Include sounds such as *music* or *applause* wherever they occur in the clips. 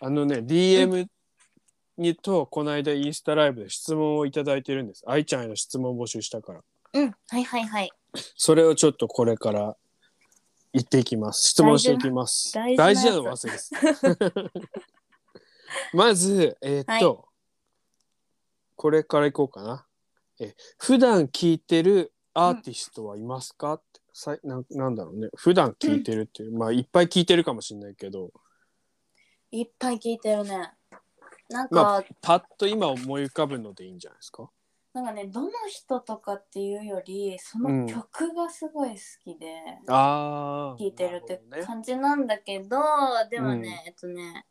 あのね、DM にと、この間インスタライブで質問をいただいてるんです。愛ちゃんへの質問を募集したから。うん、はいはいはい。それをちょっとこれから言っていきます。質問していきます。大事な大事なの忘れです。まず、えーっと、これからいこうかな。え、普段聞いてるアーティストはいますか、ってさいなん、なんだろうね。普段聞いてるっていう、まあいっぱい聞いてるかもしれないけど、いっぱい聞いたよね。なんか、まあパッと今思い浮かぶのでいいんじゃないですか。なんかね、どの人とかっていうより、その曲がすごい好きで、ああ。聴いてるってなるほどね感じなんだけど、でもね、えっとね、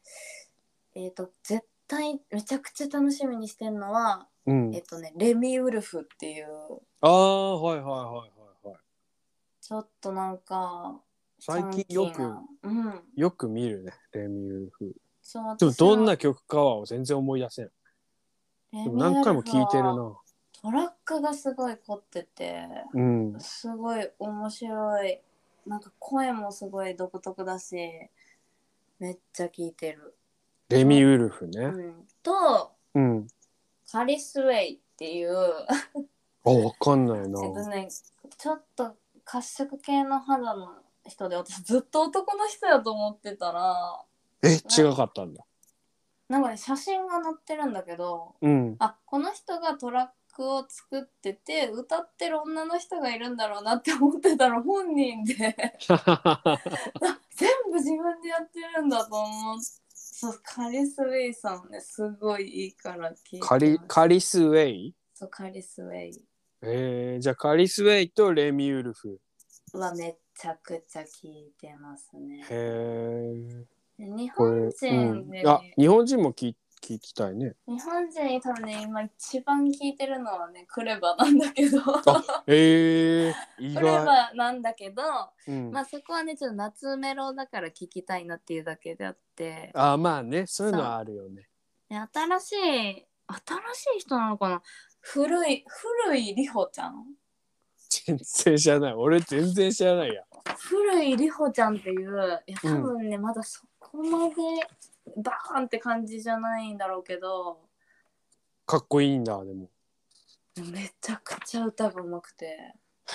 えっと、絶対めちゃくちゃ楽しみにしてんのは、うんえっ。とね、レミウルフっていう、ああ、はいはいはいはいはい。ちょっとなんか、最近よジくャンキーなうん。よく見るね、レミウルフ。そうでも私はどんな曲かは全然思い出せない。レミでもウルフは何回も聴いてるな。トラックがすごい凝っててうん。すごい面白いなんか声もすごい独特だしめっちゃ聴いてる、レミウルフうね。ん、とうん。カリスウェイっていうあ、わかんないなえ。っとねちょっと褐色系の肌の人で私ずっと男の人やと思ってたらえ、違かったんだ。なんかね写真が載ってるんだけどうん。あこの人がトラックを作ってて歌ってる女の人がいるんだろうなって思ってたら本人で。あ全部自分でやってるんだと思う。そうカリスウェイさんねすごいいいから聞いてま *laughs* すカリ、カリスウェイそうカリスウェイえー、じゃあカリスウェイとレミウルフ。はめちゃくちゃ聞いてますねへ。え。日こ本れ、人うんで、ね、あ、日本人も聞聞きたいね。日本人に多分ね今一番聞いてるのはねクレバなんだけどあえー、意クレ外。バなんだけど、うんまあそこはねちょっと夏メロだから聞きたいなっていうだけであって。あ、まあね、そういうのはあるよね。で新しい新しい人なのかな古い古いりほちゃん全然知らない。俺全然知らないや。古いりほちゃんっていういやう多ん分ね、まだそこまでバーンって感じじゃないんだろうけどかっこいいんだ、でも。めちゃくちゃ歌がうまくて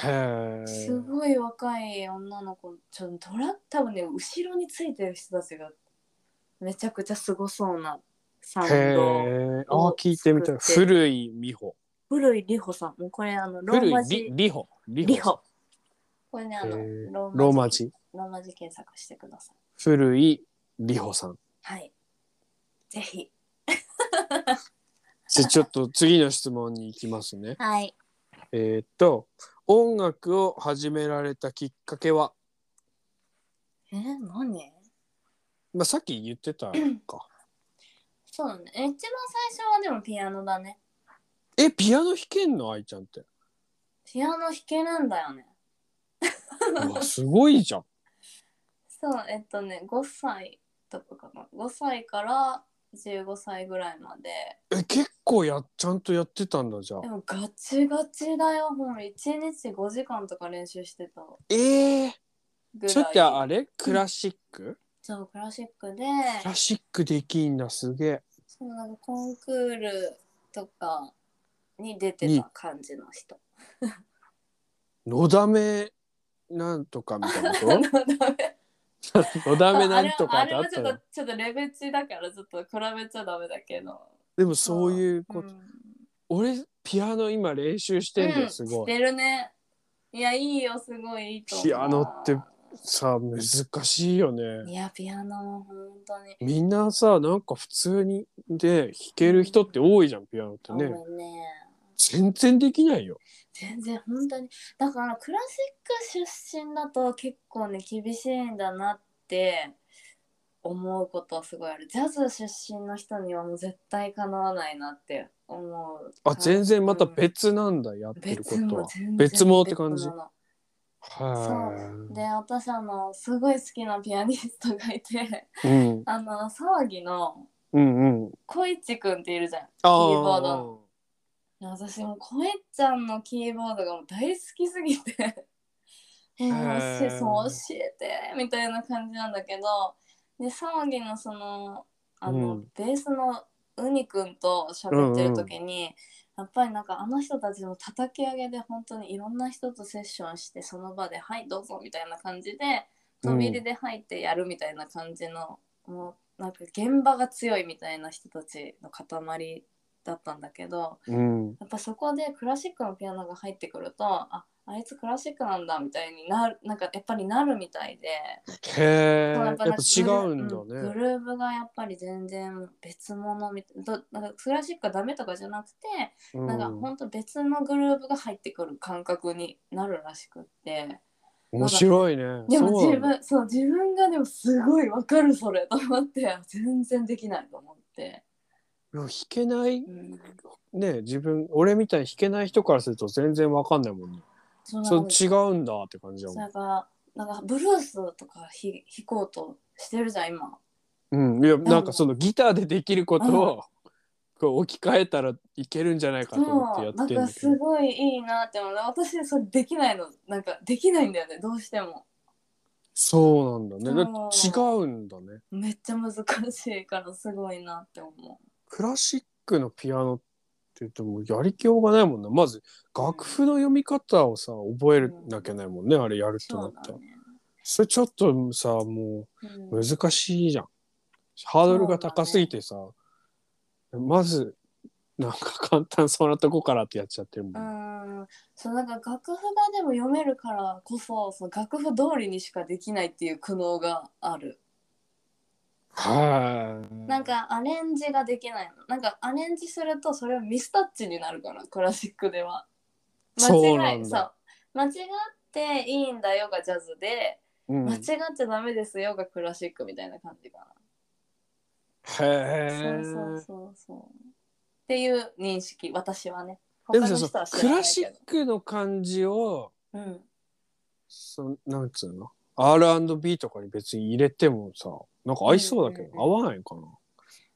へえ。すごい若い女の子ちょっとトラ多分ね後ろについてる人たちがめちゃくちゃすごそうなサウンドへえ。をあ、聞いてみたい。作って古い美穂。古いりほさんもうこれあのロ古ーいマり字りほ。りりほこれねあのへーロローーママ字字。ローマ字検索してください。古いりほさん。はい。ぜひ。じゃあちょっと次の質問に行きますね。 *laughs* はい。えーっと音楽を始められたきっかけは、えー、何まあ、さっき言ってたか。そうだね。一番最初はでもピアノだね。えピアノ弾けんの愛ちゃんって。ピアノ弾けるんだよね。うわすごいじゃん。そう、えっとね、5歳とかかな。5歳から15歳ぐらいまで。え結構やちゃんとやってたんだじゃあで。もガチガチだよ。もう1日5時間とか練習してたえー、ぐそれらってあい。れクラシック、そう、クラシックで、クラシックできんだすげえ。そうなんかコンクールとかに出てにた感じの人。のだめなんとかみたい *laughs* なこダメとのだめなんとかあってれあっはちたょっのとちょっとレベチだからちょっと比べちゃダメだけど、でもそういううこと、ん、俺ピアノ今練習してんだよすごい。してるねいやいいよすごいいいと思うピアノってさあ難しいよねいやピアノも本当にみんなさなんか普通にで弾ける人って多いじゃんピアノって多分ねね全然できないよ全然本当にだからクラシック出身だと結構ね厳しいんだなって思うことはすごいあるジャズ出身の人にはもう絶対かなわないなって思うあ全然またうん別なんだやってるこ別ともは全然別物って感じ別物そうはで私あのすごい好きなピアニストがいて *laughs* い、うん、あの騒ぎのうんうんこいちくんっているじゃんあキーボーあドいや私もうこえちゃんのキーボードがもう大好きすぎて *laughs* えー、教へえーそう教えてみたいな感じなんだけどで騒ぎのそのあの、うんベースのウニくんと喋ってる時に、やっぱりなんかあの人たちの叩き上げで本当にいろんな人とセッションしてその場で「はいどうぞ」みたいな感じで飛び入りで入ってやるみたいな感じの、もうなんか現場が強いみたいな人たちの塊だったんだけどうんやっぱそこでクラシックのピアノが入ってくるとああいつクラシックなんだみたいになるなんかやっぱりなるみたいでへえそうやっぱなんか違うんだグルーねグルーブがやっぱり全然別物みたいどなんかクラシックがダメとかじゃなくて、うんなんか本当別のグルーブが入ってくる感覚になるらしくって面白いねでもそうな自んだ分そう自分がでもすごいわかるそれと思って全然できないと思って、いや弾けないうん、ね自分俺みたいに弾けない人からすると全然わかんないもんねそうそなんうか違うんだって感じだもんなんかなんかブルースとかひ弾こうとしてるじゃん今うん、いやもなんかそのギターでできることをこう置き換えたらいけるんじゃないかと思ってやそうっなんてんかだけすどごいいいなって思う私それできないのなんかできないんだよねどうしてもそうなんだねだって違そううんだねめっちゃ難しいからすごいなって思うクラシックのピアノって言ってもやりきようがないもんなまず楽譜の読み方をさ覚えなきゃないもんねあれやるとそなっうただらね、それちょっとさもうんう難しいじゃんハードルが高すぎてさ、まずなんか簡単そうなとこからってやっちゃってるもんうね、んそうなんか楽譜がでも読めるからこそその楽譜通りにしかできないっていう苦悩があるはいなんかアレンジができないのなんかアレンジするとそれはミスタッチになるからクラシックではそう間な違いんそだう間違っていいんだよがジャズで、うん間違っちゃダメですよがクラシックみたいな感じかな、へえ。そうそうそうそうっていう認識私はねで他ものさそうク人は知らなラいシけッどクの感じをうんそのなんつうの R&B とかに別に入れてもさなんか合いそうだけど、うんうん合わないかな。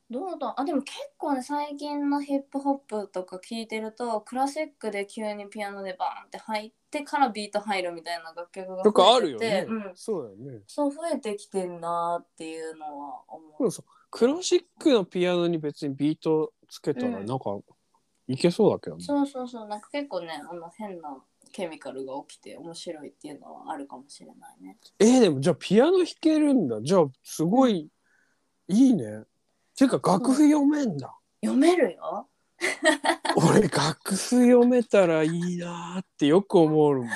どうだあでも結構ね最近のヒップホップとか聞いてるとクラシックで急にピアノでバーンって入ってからビート入るみたいな楽曲が増えててとかあるよね。うん、そうだよね。そう増えてきてんなーっていうのはで思うもさクラシックのピアノに別にビートつけたらうなんんかいけそうだけどね。そうそうそうなんか結構ねあの変なケミカルが起きて面白いっていうのはあるかもしれないねえーでもじゃあピアノ弾けるんだじゃあすごい、いいね。ていうか楽譜読めん *laughs* だ。読めるよ俺楽譜読めたらいいなーってよく思うもん。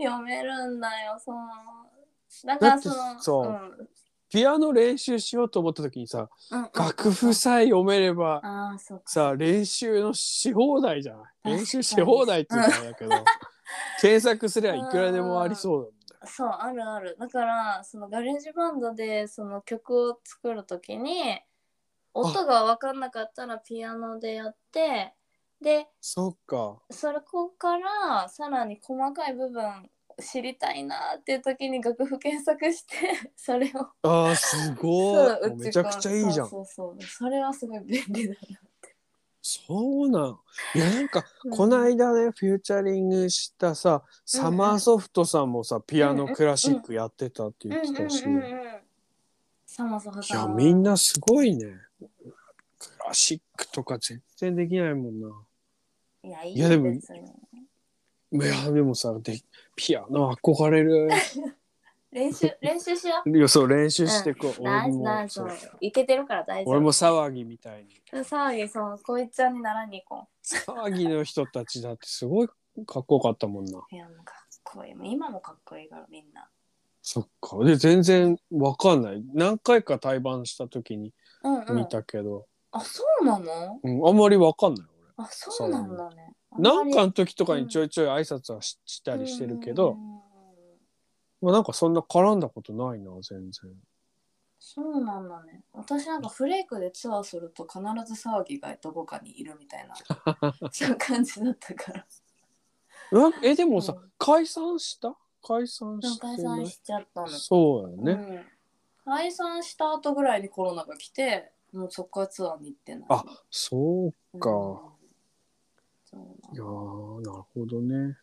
読めるんだよそうだかだらってそのそうんピアノ練習しようと思った時にさうんうん楽譜さえ読めればああそうかさ練習のし放題じゃないに練習し放題って言うからだ *laughs* けど検索すればいくらでもありそうなんだよそうあるあるだからそのガレージバンドでその曲を作る時に音が分かんなかったらピアノでやってでそっかそれこからさらに細かい部分知りたいなっていう時に楽譜検索して *laughs* それをあーすごそういもうめちゃくちゃいいじゃんそうそうそうそれはすごい便利だなそうなんいやなんかうんこないだねフューチャリングしたさサマーソフトさんもさピアノクラシックやってたって言ってたしうんうんうんいうんサマソフさやんみんなすごいねクラシックとか全然できないもんないやいいいやでも別にいやでもさでピアノ憧れる練習 *laughs* 練習しよいやそう練習してこう、う大俺丈夫も大そ丈う夫いけてるから大丈夫俺も騒ぎみたいに騒ぎそうこいちゃんにならに行こ騒ぎの人たちだってすごいかっこよかったもんなういやもうかっこいいもう今もかっこいいからみんなそっかで全然わかんない何回か対バンした時にうんう見んたけど、あそうなのうんあんまりわかんないあそうなんだね俺なんかの時とかにちょいちょい挨拶はししたたりしてるけど、まあ、なんかそんな絡んだことないな全然そうなんだね私なんかフレイクでツアーすると必ず騒ぎがどこかにいるみたいな *laughs* そういう感じだったからなんえでもさ、うん解散した解散して解な散いしちゃったのそうだよね、うん解散した後ぐらいにコロナが来てもうそこからツアーに行ってないあそうかそうなんだいやーなるほどね。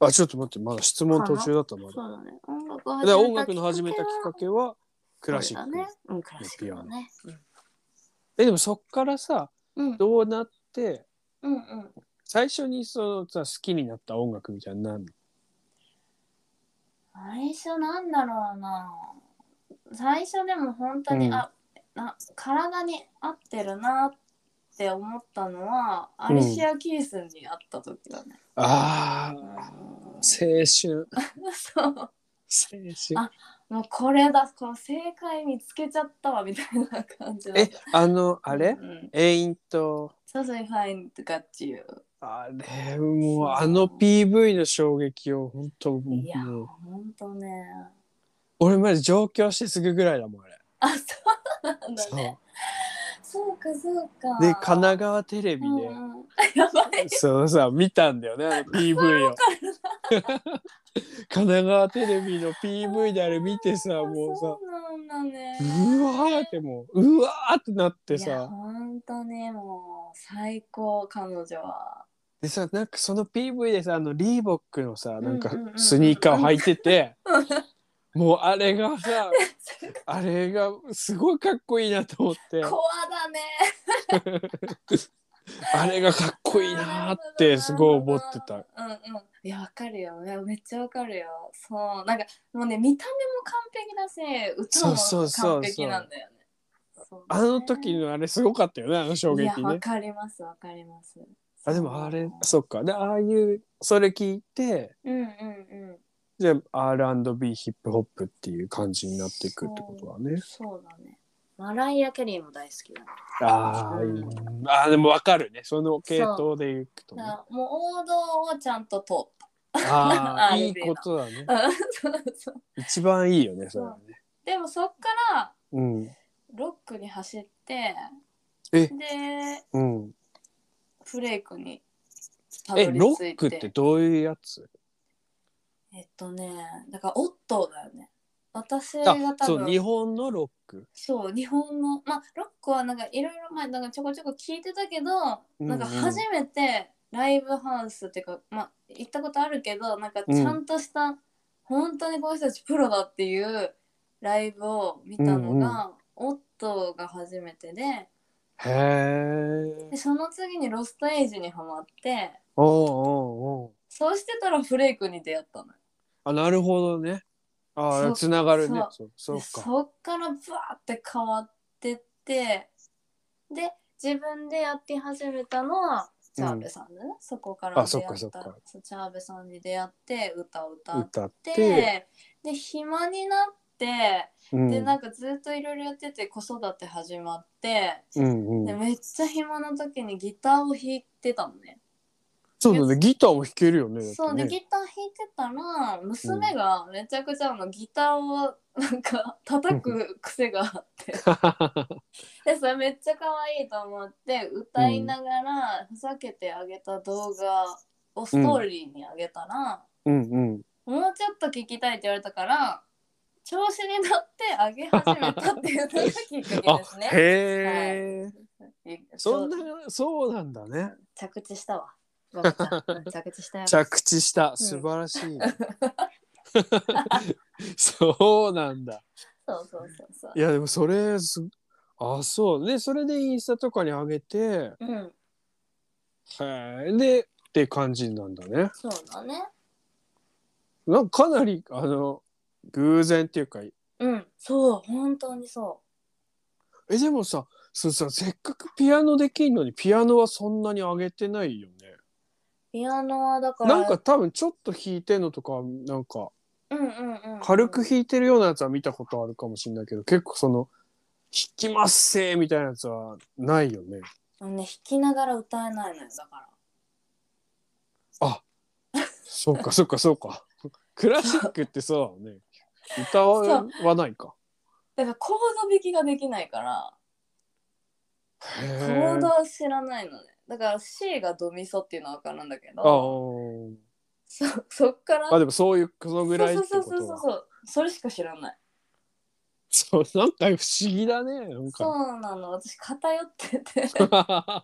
あちょっと待ってまだ質問途中だったまだ。そうだね。音楽をだから音楽の始めきたっきっかかけはけクはラシッそうク。だね。うん、クラシックだね。うんえでもそっからさうんどうなってうんうん最初にそのさ好きになった音楽みたいなのなんの最初なんだろうな最初でも本当に、うんあな体に合ってるなって思ったのは、んアリシア・キースに会った時だね。あうんあ青春そう青春もうこれだこの正解見つけちゃったわみたいな感じだっえたあのあれうん、エインとそうそうファインとかっていうあれもうあの PV の衝撃を本当もいやう本当ね俺まで上京してすぐぐらいだもんあれあそうなんだそうねそうかそうかで神奈川テレビで、うんうんやばいそうさ見たんだよねあの PV *laughs* を *laughs* 神奈川テレビの PV であれ見てさもうさそうなんだねうわーってもううわーってなっていやさ本当ねもう最高彼女はでさなんかその PV でさあのリーボックのさなんかうんうんうんうんスニーカーを履いててもうあれが *laughs* さあれがすごいかっこいいなと思ってコアだねあれがかっこいいなーってすごい思ってうんた。うんいやわかるよいやめっちゃわかるよそうなんかもうね見た目も完璧だし歌もそうそうそうそう完璧なんだよねそうねあの時のあれすごかったよねあの衝いや撃ねわ。かりますわかりますあでもあれそっかでああいうそれ聞いてうんうんうんじゃあ R&B ヒップホップっていう感じになっていくってことはね。そうだねマライア・キャリーも大好きだねあーうんいいあーでもわかるねその系統でいくとね。だからもう王道をちゃんと通った *laughs* ああ R&B いいことだね。うんそうそう一番いいよねそれはね。でもそっからうんロックに走ってえでうん。フレイクにたえどりロ着ッいクってどういうやつえっとねだからオットーだよね私があ多そう分日本のロック。そう日本のまあロックはなんかいろいろ前なんかちょこちょこ聞いてたけど、うんなんか初めてライブハウスっていうかまあ行ったことあるけどなんかちゃんとした、本当にこの人たちプロだっていうライブを見たのが、オットーが初めてでへえ。でその次に「ロストエイジ」にハマっておうおうおうそうしてたらフレイクに出会ったのよ。あなるほどね。あそあうつながるね。そうそうでか。そっからバーって変わってってで自分でやって始めたのはチャーベさんでね、そこからあそっかそっかそうチャーベさんに出会って歌を歌っ歌ってて。で暇になって、うんでなんかずっといろいろやってて子育て始まって、うんうでん、めっちゃ暇な時にギターを弾いてたのね。そうだねギターも弾けるよねだってねそうでギター弾いてたら娘がめちゃくちゃあのギターをな *laughs* んか叩く癖があって。でそれめっちゃ可愛いと思って歌いながらふざけてあげた動画をストーリーにあげたら、うんうんもうちょっと聞きたいって言われたから調子に乗ってあげ始めたっていうのがきっかけです *laughs* ね。へえ、そんそうなそうなんだね着地したわ。ごめんなさいうん着地したよ。着地した素晴らし *laughs* い、ねそうなんだそうそうそうそうい。やでもそれすあそうねそれでインスタとかに上げてへうん、えでって感じなんだねそうだね。なんかかなりあの偶然っていうかうん、そう、本当にそえでもさそうさせっかくピアノできんのにピアノはそんなに上げてないよねう。ピアノはだから。なんか、多分ちょっと弾いてんのとかなんかうんうんうん、軽く弾いてるようなやつは見たことあるかもしれないけど結構その弾きますせーみたいなやつはないよね。あのね、弾きながら歌えないのよ、だから。そう *laughs* かそうかそうか。クラシックってそうだよね。歌ははないか。だからコード弾きができないからへコーードは知らないのねだから C がドミソっていうのは分かるんだけあどそそっからああでもそういうそのぐらいってそうこそうそうとそうはそうそれしか知らないそうなんか不思議だねなんかそうなの私偏ってて *laughs* だか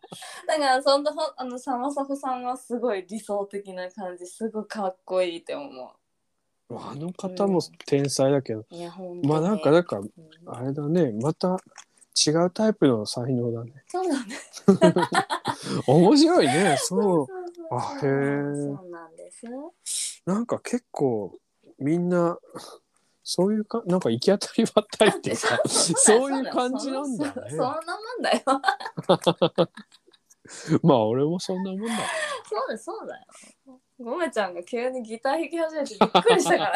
らそんなほあのさまさほさんはすごい理想的な感じすごいかっこいいって思 *laughs* あの方も天才だけど、ういやほんまあなんかなんかうんあれだねまた違うタイプの才能だね。そうなんだ。面白いね。そうそうそうそうあへえそうなんです。なんか結構みんなそういうかなんか行き当たりばったりっていうか *laughs* そういう感じなんだそねそんなもんだよ。まあ俺もそんなもんだそうだよそうだよ。ごめちゃんが急にギター弾き始めてびっくりし *laughs* たから。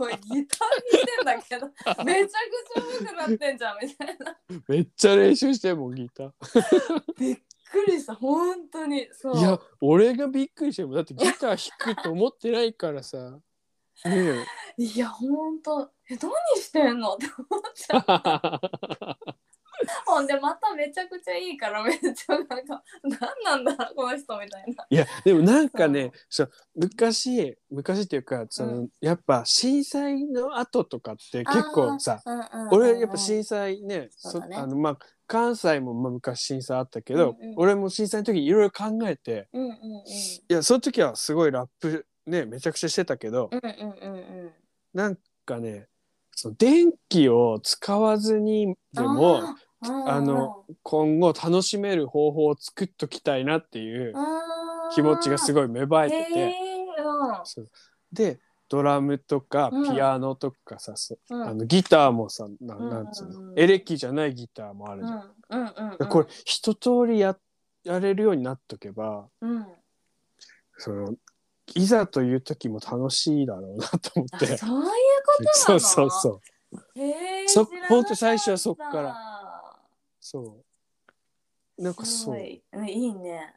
おいギター弾いてんだけど、めちゃくちゃ上手くなってんじゃんみたいな。めっちゃ練習してもんギターびっくりした、本当に。そう。いや俺がびっくりしてもだってギター弾くと思ってないからさねえいや、本当え、何してんのって思っちゃう。ほんで、まためちゃくちゃいいから、めっちゃなんか、何なんだろう、この人みたいな。 *laughs* いやでもなんかねそう昔昔っていうかその、うやっぱ震災の後とかって結構さうんうんうん俺やっぱ震災ねそうだねそあのまあ関西もまあ昔震災あったけど、うんうん俺も震災の時いろいろ考えてうんうんうん。いやその時はすごいラップねめちゃくちゃしてたけど、うんうんうんうん。なんかねその電気を使わずにでもあー、あの今後楽しめる方法を作っときたいなっていう気持ちがすごごい芽生えてて、へーそうでドラムとかうんピアノとかさ、そうんうんあのギターもさなうんうんなんつうの、うんエレキじゃないギターもあるじゃんうんうんうんでこれ一通りややれるようになっとけばうんそのいざという時も楽しいだろうなと思あっそういてうことなのそうそうそうへーそ知らなかったほんと最初はそっからそうなんかすそごういうんいいね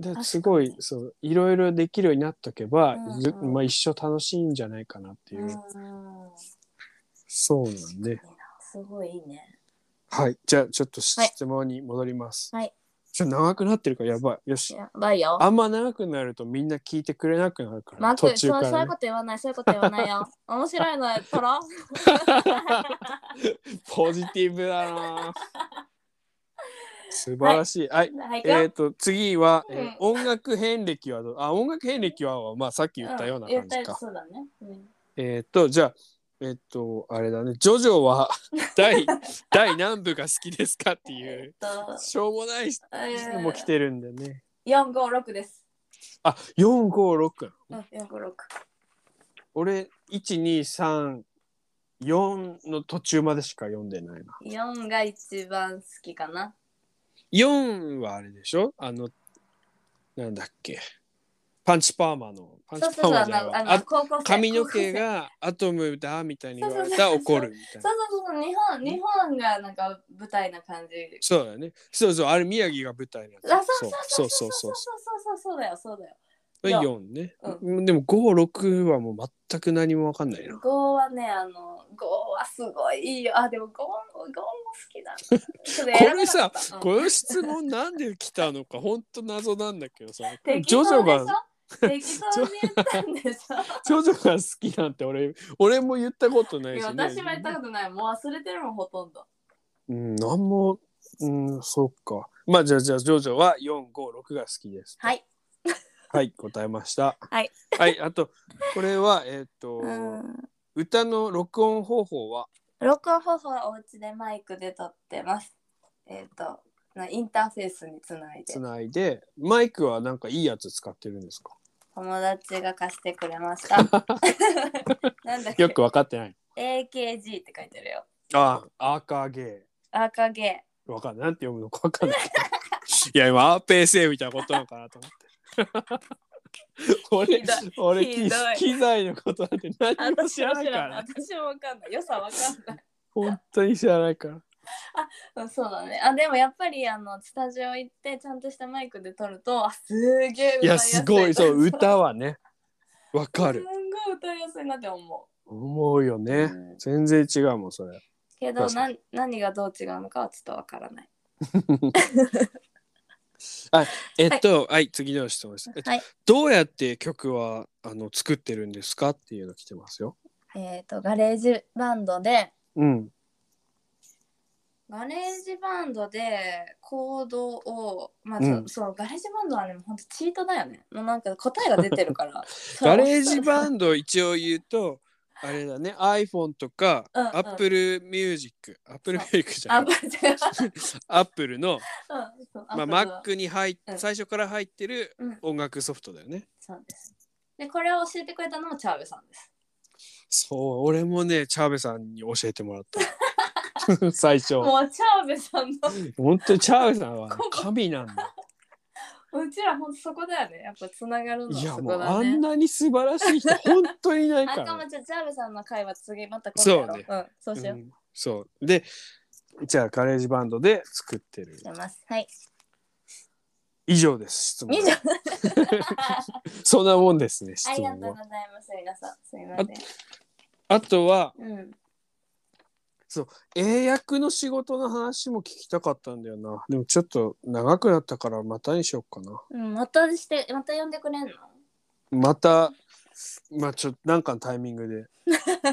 ですごい確かにそういろいろできるようになっとけば、うんうんずまあ、一生楽しいんじゃないかなっていうう、んうんそうなんで、すごいいいねはいじゃあちょっとはい質問に戻ります、はいちょっと長くなってるからやばいよしやばいよあんま長くなるとみんな聞いてくれなくなるから、マー途ク中そかうそういら、うねこ、と言わないそういうこと言わない *laughs* よ面白いのやったろ *laughs* ポジティブだな *laughs* 素晴らしい、はいはいえー、と次は、えーうん音楽遍歴はどうあ音楽遍歴はまあさっき言ったような感言じったかよ、そうだねうんえっ、とじゃあえっ、とあれだね「ジョジョ *laughs* は第第何部が好きですか?」っていえうっとしょうもない質問も来てるんでね456ですあ四456うん456俺1234の途中までしか読んでないな4が一番好きかな4はあれでしょあのなんだっけパンチパーマのパンそうチそパーマうそう、あじゃないの、わああの高校生髪の毛。高校がアトムだみたいに言われたら怒るみたい生そなうそうそうそう、日本、日本がなんか舞台な感じ。そうだねそうそうあれ宮城が舞台のやあつそそうそうそうそううそそうそうそうそうそうだよ、そうだよ。う4ね、うでも56はもう全く何も分かんないな五はね、あの、五はすごいいいよ。あ、でも五、五も好きだ。ちょっと *laughs* こ選べれなかさったうんこの質問なんで来たのかほんと謎なんだけどさジョ適ジ当ョでしがょ。適当に言ったんで *laughs* しょ。ジョジョが好きなんて俺俺も言ったことないいし、やね、私も言ったことない。もう忘れてるもん、ほとんど。うんなんもうんそっかまあじゃあじゃあジョジョは456が好きですはい。はい答えましたはい、はい、あとこれはえっ、と、うん。歌の録音方法は録音方法はお家でマイクで撮ってます。えっ、と、なインターフェースにつないでつ。ないでマイクはなんかいいやつ使ってるんですか友達が貸してくれま *laughs* した。なんだっけよく分かってない AKG って書いてるよ。あアーカーゲ赤毛。ーわかんないなんて読むのか分かんないいや今アーペーセーみたいなことなのかなと思ってひどい *laughs* 俺俺ひどい機材のことなんて何にも知私もら知ないかららない。私もわかんない。良さわかんない。本当に知らないから *laughs* うんそうだね。あ、でもやっぱりあのスタジオ行ってちゃんとしたマイクで撮ると、あすげえ歌いいややすい。すごいそう歌はねわかすんるごい歌いやすいなって思思うよう。ねうん全然違うもんそれけど確かな何がどう違うのかはちょっとわからない。えっとはい、次の質問です、えっとはい。どうやって曲はあの作ってるんですかっていうの来てますよ。えっ、とガレージバンドでうん。ガレージバンドでコードをまあ、ちうょんそうガレージバンドはね本当チ *laughs* ートだよねもうなんか答えが出てるからガレージバンンドを一応言うとあれだね iPhone とかうんうん Apple Music Apple Music じゃあ、 *laughs* ん間違えた Apple の、うんそうまあ、後が Mac に入っうん最初から入ってるうん音楽ソフトだよねそうです。で、これを教えてくれたのもチャーベさんです。そう俺もねチャーベさんに教えてもらった *laughs* 最初もうチャーベさんの、本当にチャーベさんはこんば神なんだうちらほんとそこだよね。やっぱつながるのいはやそもこうあだんね。なに素晴らしい人本当にいないあかからまちゃん、チャーベさんの会は次また今度やそうろう。ねうん、そうしよう。うんそうでじゃあガレージバンドで作ってるしてます。はい。以上です質問以上 *laughs* そんなもんですね質ありがとう問ございはます。皆さん、すみません。あとはうん。英訳の仕事の話も聞きたかったんだよなでもちょっと長くなったからまたにしようかなうん、またして、また呼んでくれんの。またまあちょっとなんかのタイミングで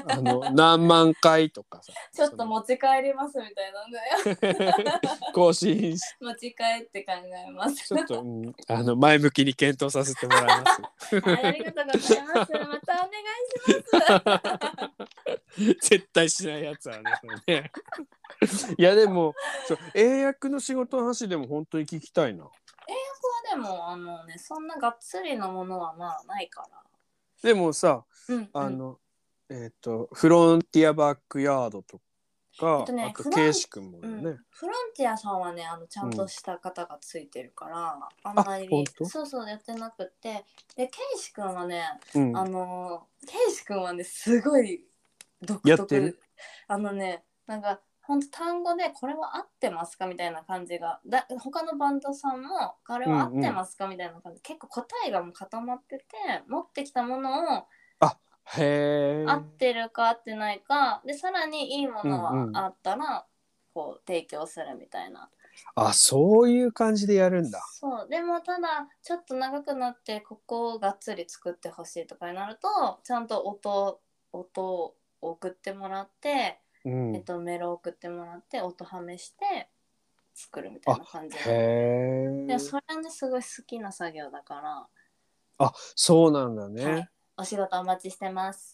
あ *laughs* の何万回とかさちょっと持ち帰りますみたい *laughs* なんだよ。更新し持ち帰って考えます。ちょっと、うん、あの前向きに検討させてもらい *laughs* ます *laughs* はいありがとうございます。またお願いします。絶対しないやつはねそれね。いやでもそう英訳の仕事の話でも本当に聞きたいな。でもあのねそんながっつりのものはまあないかでもさら。うん、あの、えっ、とフロンティアバックヤードとか、えっとねあとフロンケイシ君もうよんね、フロンティアさんはねあのちゃんとした方がついてるから、あんまりあほんとそうそうやってなくてでケイシ君はね、うんあのケイシ君はねすごい独やってる特あのねなんかほんと単語でこれは合ってますかみたいな感じがだ他のバンドさんもこれは合ってますかみたいな感じ、結構答えがもう固まってて持ってきたものをへえ合ってるか合ってないかでさらにいいものうんうんはあったらこう提供するみたいな、あそういう感じでやるんだ。そうでもただちょっと長くなってここをがっつり作ってほしいとかになるとちゃんと音音を送ってもらって、うん、えっへと、メロ送ってもらって音はめして作るみたいな感じでえでそれはねすごい好きな作業だから、あそうなんだね、はい、お仕事お待ちして *laughs* ます。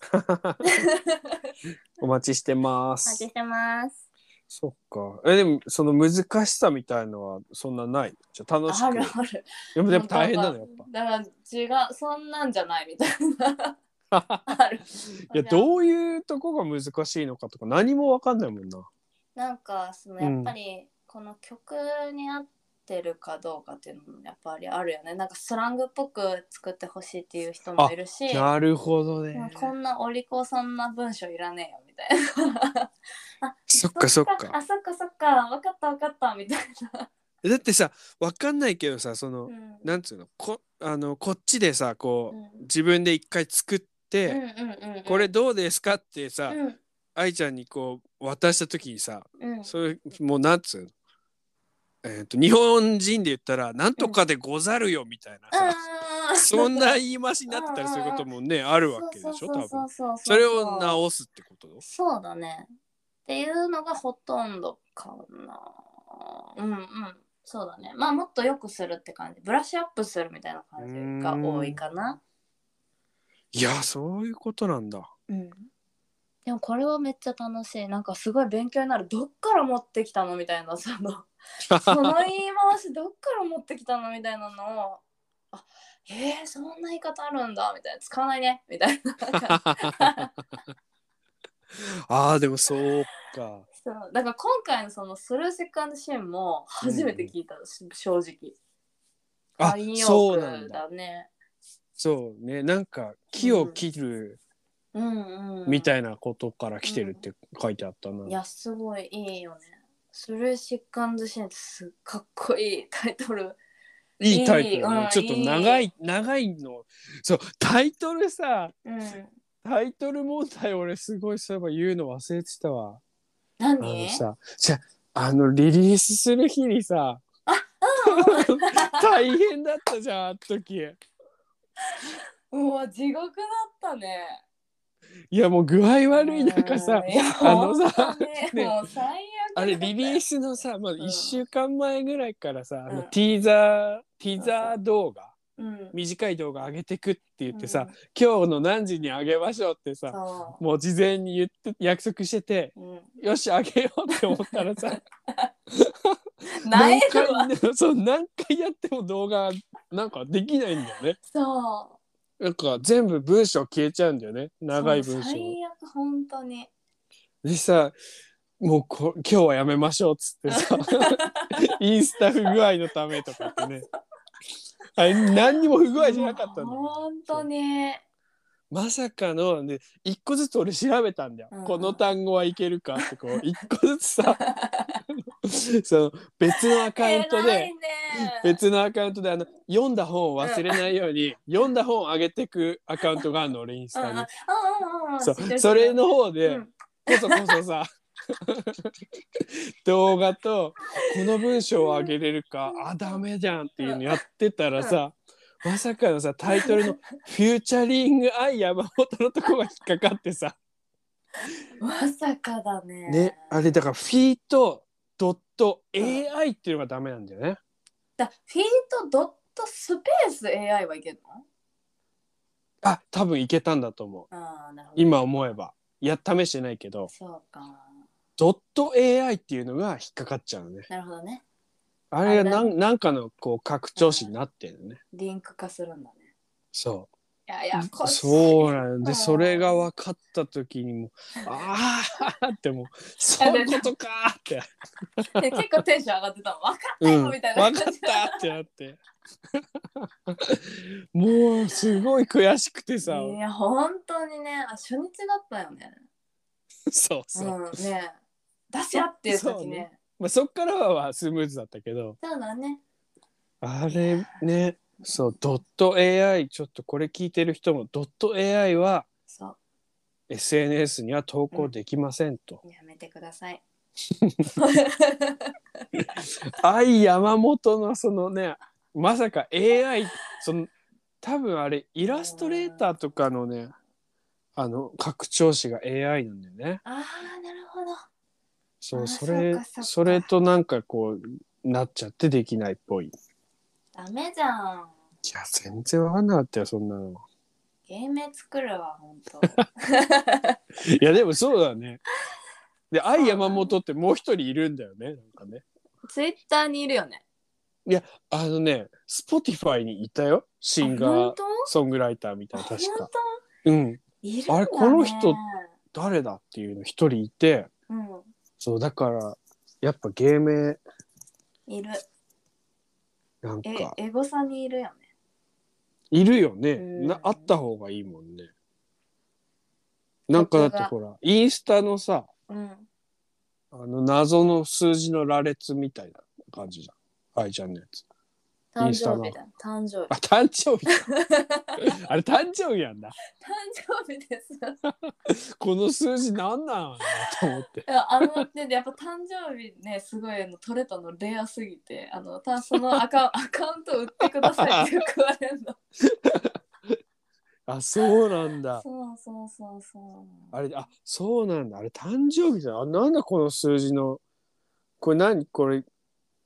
お待ちしてまお待ちすし。てます。そっかえでもその難しさみたいのはそんなないじゃあ楽しあくるある。でもでも大変なのやっだから違うそんなんじゃないみたいな *laughs* ぱ。あるいやどういうとこが難しいのかとか何もわかんないもんな。なんかそのうやんっぱりこの曲に合ってるかどうかっていうのもやっぱりあるよねなんかスラングっぽく作ってほしいっていう人もいるしなるほどねもう。こんなお利口さんな文章いらねえよみたいなそっかそっ *laughs* あか。そっかそっか分かった分かったみたいな、だってさわかんないけどさその、うん、なんつうのこあのこっちでさこう、うん自分で一回作って、うんうんうんうんこれどうですかってさ、うん愛ちゃんにこう渡した時にさうんそれもうなんつうのえーと日本人で言ったら「なんとかでござるよ」みたいなさ、あーそんな言い回しになってたりすることもねあるわけでしょ多分。分それを直すってことそうだね。っていうのがほとんどかな。うんうん。そうだね。まあもっと良くするって感じ。ブラッシュアップするみたいな感じが多いかな。いやそういうことなんだ。 *laughs* うん。でもこれはめっちゃ楽しい。なんかすごい勉強になる。どっから持ってきたのみたいな、その、その言い回しどっから持ってきたのみたいなのを、あ、えー、そんな言い方あるんだみたいな。使わないねみたいな感 *laughs* じ。ああでもそうか。そうだから今回のそのスルーセカンドシーンも初めて聞いた、し正直。あ慣用句そうなんだ。だね。そうねなんか木を切るうんうん。みたいなことから来てるって書いてあったな。いや、すごいいいよね。スルーセカンドシーンってすっかっこいいタイトル。いいタイトルだね、いいうんちょっと長い長いのそうタイトルさうん。タイトル問題俺すごいそういえば言うの忘れてたわ。あの何さじゃあのリリースする日にさ大変だったじゃんあの時うわ、地獄だったね。いやもう具合悪い中さうんいやあのさ本当にねもう最悪あれリリース。スのさ、まあ、ん1週間前ぐらいからさ、あのうんティーザーティーザー動画うん、短い動画上げてくって言ってさ、うん今日の何時に上げましょうってさそもう事前に言って約束しててう、うん、よし上げようって思ったらさなえるわ何回そう何回やっても動画なんかできないんだよねそうなんか全部文章消えちゃうんだよね長い文そう章最悪本当にでさもうこ今日はやめましょうっつって *laughs* さインスタ不具合のためとかってねあれ何にも不具合じゃなかったんだよ本当にまさかのね一個ずつ俺調べたんだよ、うんこの単語はいけるかってこう一個ずつ *laughs* さその別のアカウント偉でいね別のアカウントであの読んだ本を忘れないように読んだ本を上げてくアカウントがあるの俺インスうんうタんに。うんうんそ知ってるうそれの方うで、んこそこそ *laughs* さ動画とこの文章を上げれるかあダメじゃんっていうのやってたらさまさかのさタイトルの「フューチャリング愛山本」のとこが引っかかってさまさかだねねあれだから「フィートドット AI」っていうのがダメなんだよね。だフィートドットスペース AI はいけるのあ多分いけたんだと思うああなるほど今思えば。いや試してないけどそうかドット AI っていうのが引っかかっちゃうのね。なるほどねあれがなんなんかのこう拡張子になってるのね。リンク化するんだねそういやいやこそうなんうでんそれが分かった時にもうああってもうそういうことかーっ *laughs* て、で結構テンション上がってたの分かうよん、み分かたっいなたってなって *laughs* もうすごい悔しくてさ、いや本当にねあ初日だったよねそうそう、うんね出しゃっていうそう時ねねまあ、そっからはスムーズだったけどそうだねあれねそうドット AI ちょっとこれ聞いてる人もドット AI はそ SNS には投稿できませんと。うやめてくださ *laughs* い愛山本のそのねまさか AI その多分あれイラストレーターとかのねあの拡張子が AI なんだよねああなるほどそあうーそれそうかそうかそれとなんかこうなっちゃってできないっぽいいダメじゃんや全然わかんなかったよそんなの芸名作るわ本 *laughs* 当いやでもそうだねで愛山本ってもう一人いるんだよねなんかねツイッターにいるよねあのね Spotify にいたよシンガー本当ソングライターみたいな本確か当うんいるんだ、ね、あれこの人誰だっていうの一人いてうんそうだからやっぱ芸名いるなんえかエゴサにいるよねいるよね、うんなあった方がいいもんねなんかだってほらインスタのさうんあの謎の数字の羅列みたいな感じじゃん愛ちゃんのやつイ誕ンスタの生日だ誕生日あ誕生日 *laughs* かあれ誕生日なんだ誕生日ですこの数字なんなんだと思っていやあのねやっぱ誕生日ねすごいあの取れたのレアすぎてあのたそのアカアカウント売ってくださいってよく言わ *laughs* れるのあそうなんだそうそうそうそうあれあそうなんだあれ誕生日だあなんだこの数字のこれ何これ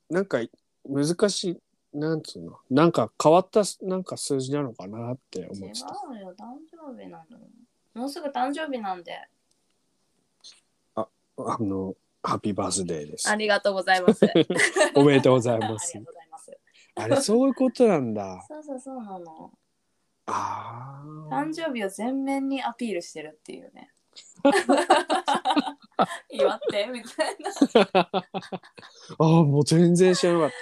なんか難しいなんつうのなんか変わったなんか数字なのかなって違思ってたうよ誕生日なのよもうすぐ誕生日なんであのハッピーバースデーですありがとうございますおめでとうござあいりがまとうご *laughs* すざいますあれそういうことなんだそうそうそうなのあ誕生日を全面にアピールしてるっていうね *laughs* 祝ってみたいなーあーもう全然知らなかった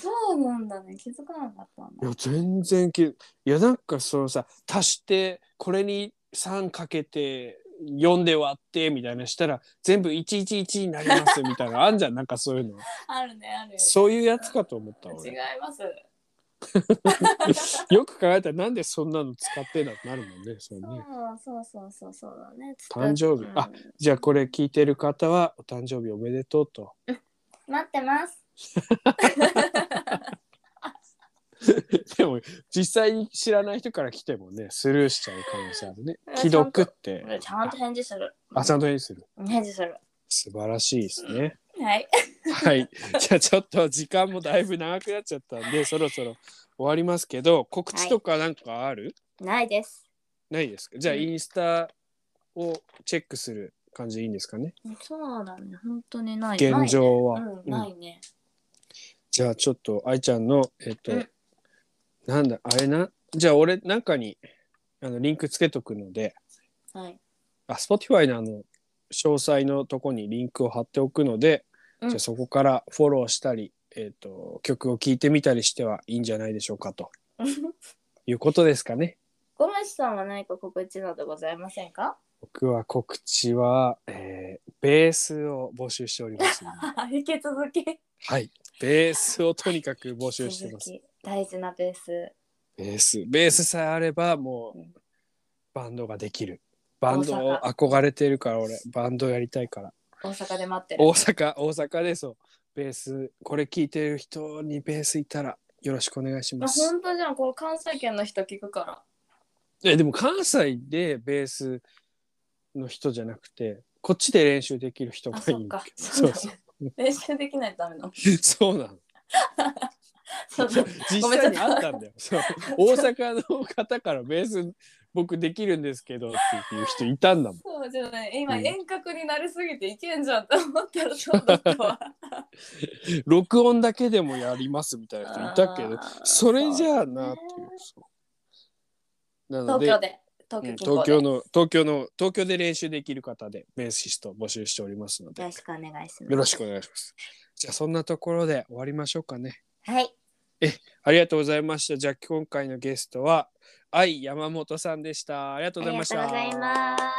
そうなんだね気づかなかったんいだや全然きいやなんかそのさ足してこれに3かけて4で割ってみたいなしたら全部111になりますみたいなあんじゃんなんかそう *laughs* いうのあるねあるよそういうやつかと思った違い俺ますよく考えたらなんでそんなの使ってんだってなるもんねそれそうねそうそうそうそうだね誕生日あじゃあこれ聞いてる方はお誕生日おめでとうと待ってますでも実際に知らない人から来てもねスルーしちゃう可能性あるね既読ってちゃんと返事するあちゃんと返事する返事する素晴らしいですねはいはい、じゃあちょっと時間もだいぶ長くなっちゃったんで、そろそろ終わりますけど告知とかなんかある、ないです。ないですかじゃあうんインスタをチェックする感じでいいんですかねそうだね。本当にない。現状は、ないね。ううんん、ないね。じゃあちょっと愛ちゃんのえっ、と、うんなんだあれなじゃあ俺なんかにあのリンクつけとくのではい。 *laughs* あ Spotify のあの詳細のとこにリンクを貼っておくので、うんじゃあそこからフォローしたり、えっと曲を聴いてみたりしてはいいんじゃないでしょうかということですかね。ごめんさんは何か告知などございませんか僕は告知は、えーベースを募集しております *laughs* ので、引き続き。はい、ベースをとにかく募集してます。引き続き大事なベース。ベース、ベースさえあればもうんうバンドができる。バンド大を阪憧れてるから俺、バンドやりたいから。大阪で待ってる。大阪、大阪でそう。ベース、これ聞いてる人にベースいたらよろしくお願いしあます。本当じゃん。こう関西圏の人聞くから。え、でも関西でベースの人じゃなくて、こっちで練習できる人があ、いいそっんだかけ。ど。そうそそうう。練習できないとダメなの。そう。 *laughs* そうなの。そうだ。実ごめん際にあったんだよ。そう大阪の方からベース僕できるんですけどっていう人いたんだもん。そうじゃない。今うん遠隔になりすぎていけんじゃんと思ったらそうだっ *laughs* たわ。録音だけでもやりますみたいな人いたけどあ、ーそれじゃあなっていう。そうなの東で京でう東ん京近郊東で、京の東京の東京で練習できる方でベーシストを募集しておりますのでよろしくお願いします。よろしくお願いします。じゃあそんなところで終わりましょうかね。はい。ありがとうございました。じゃあ今回のゲストは愛山本さんでした。ありがとあうりございまがした。とうございます。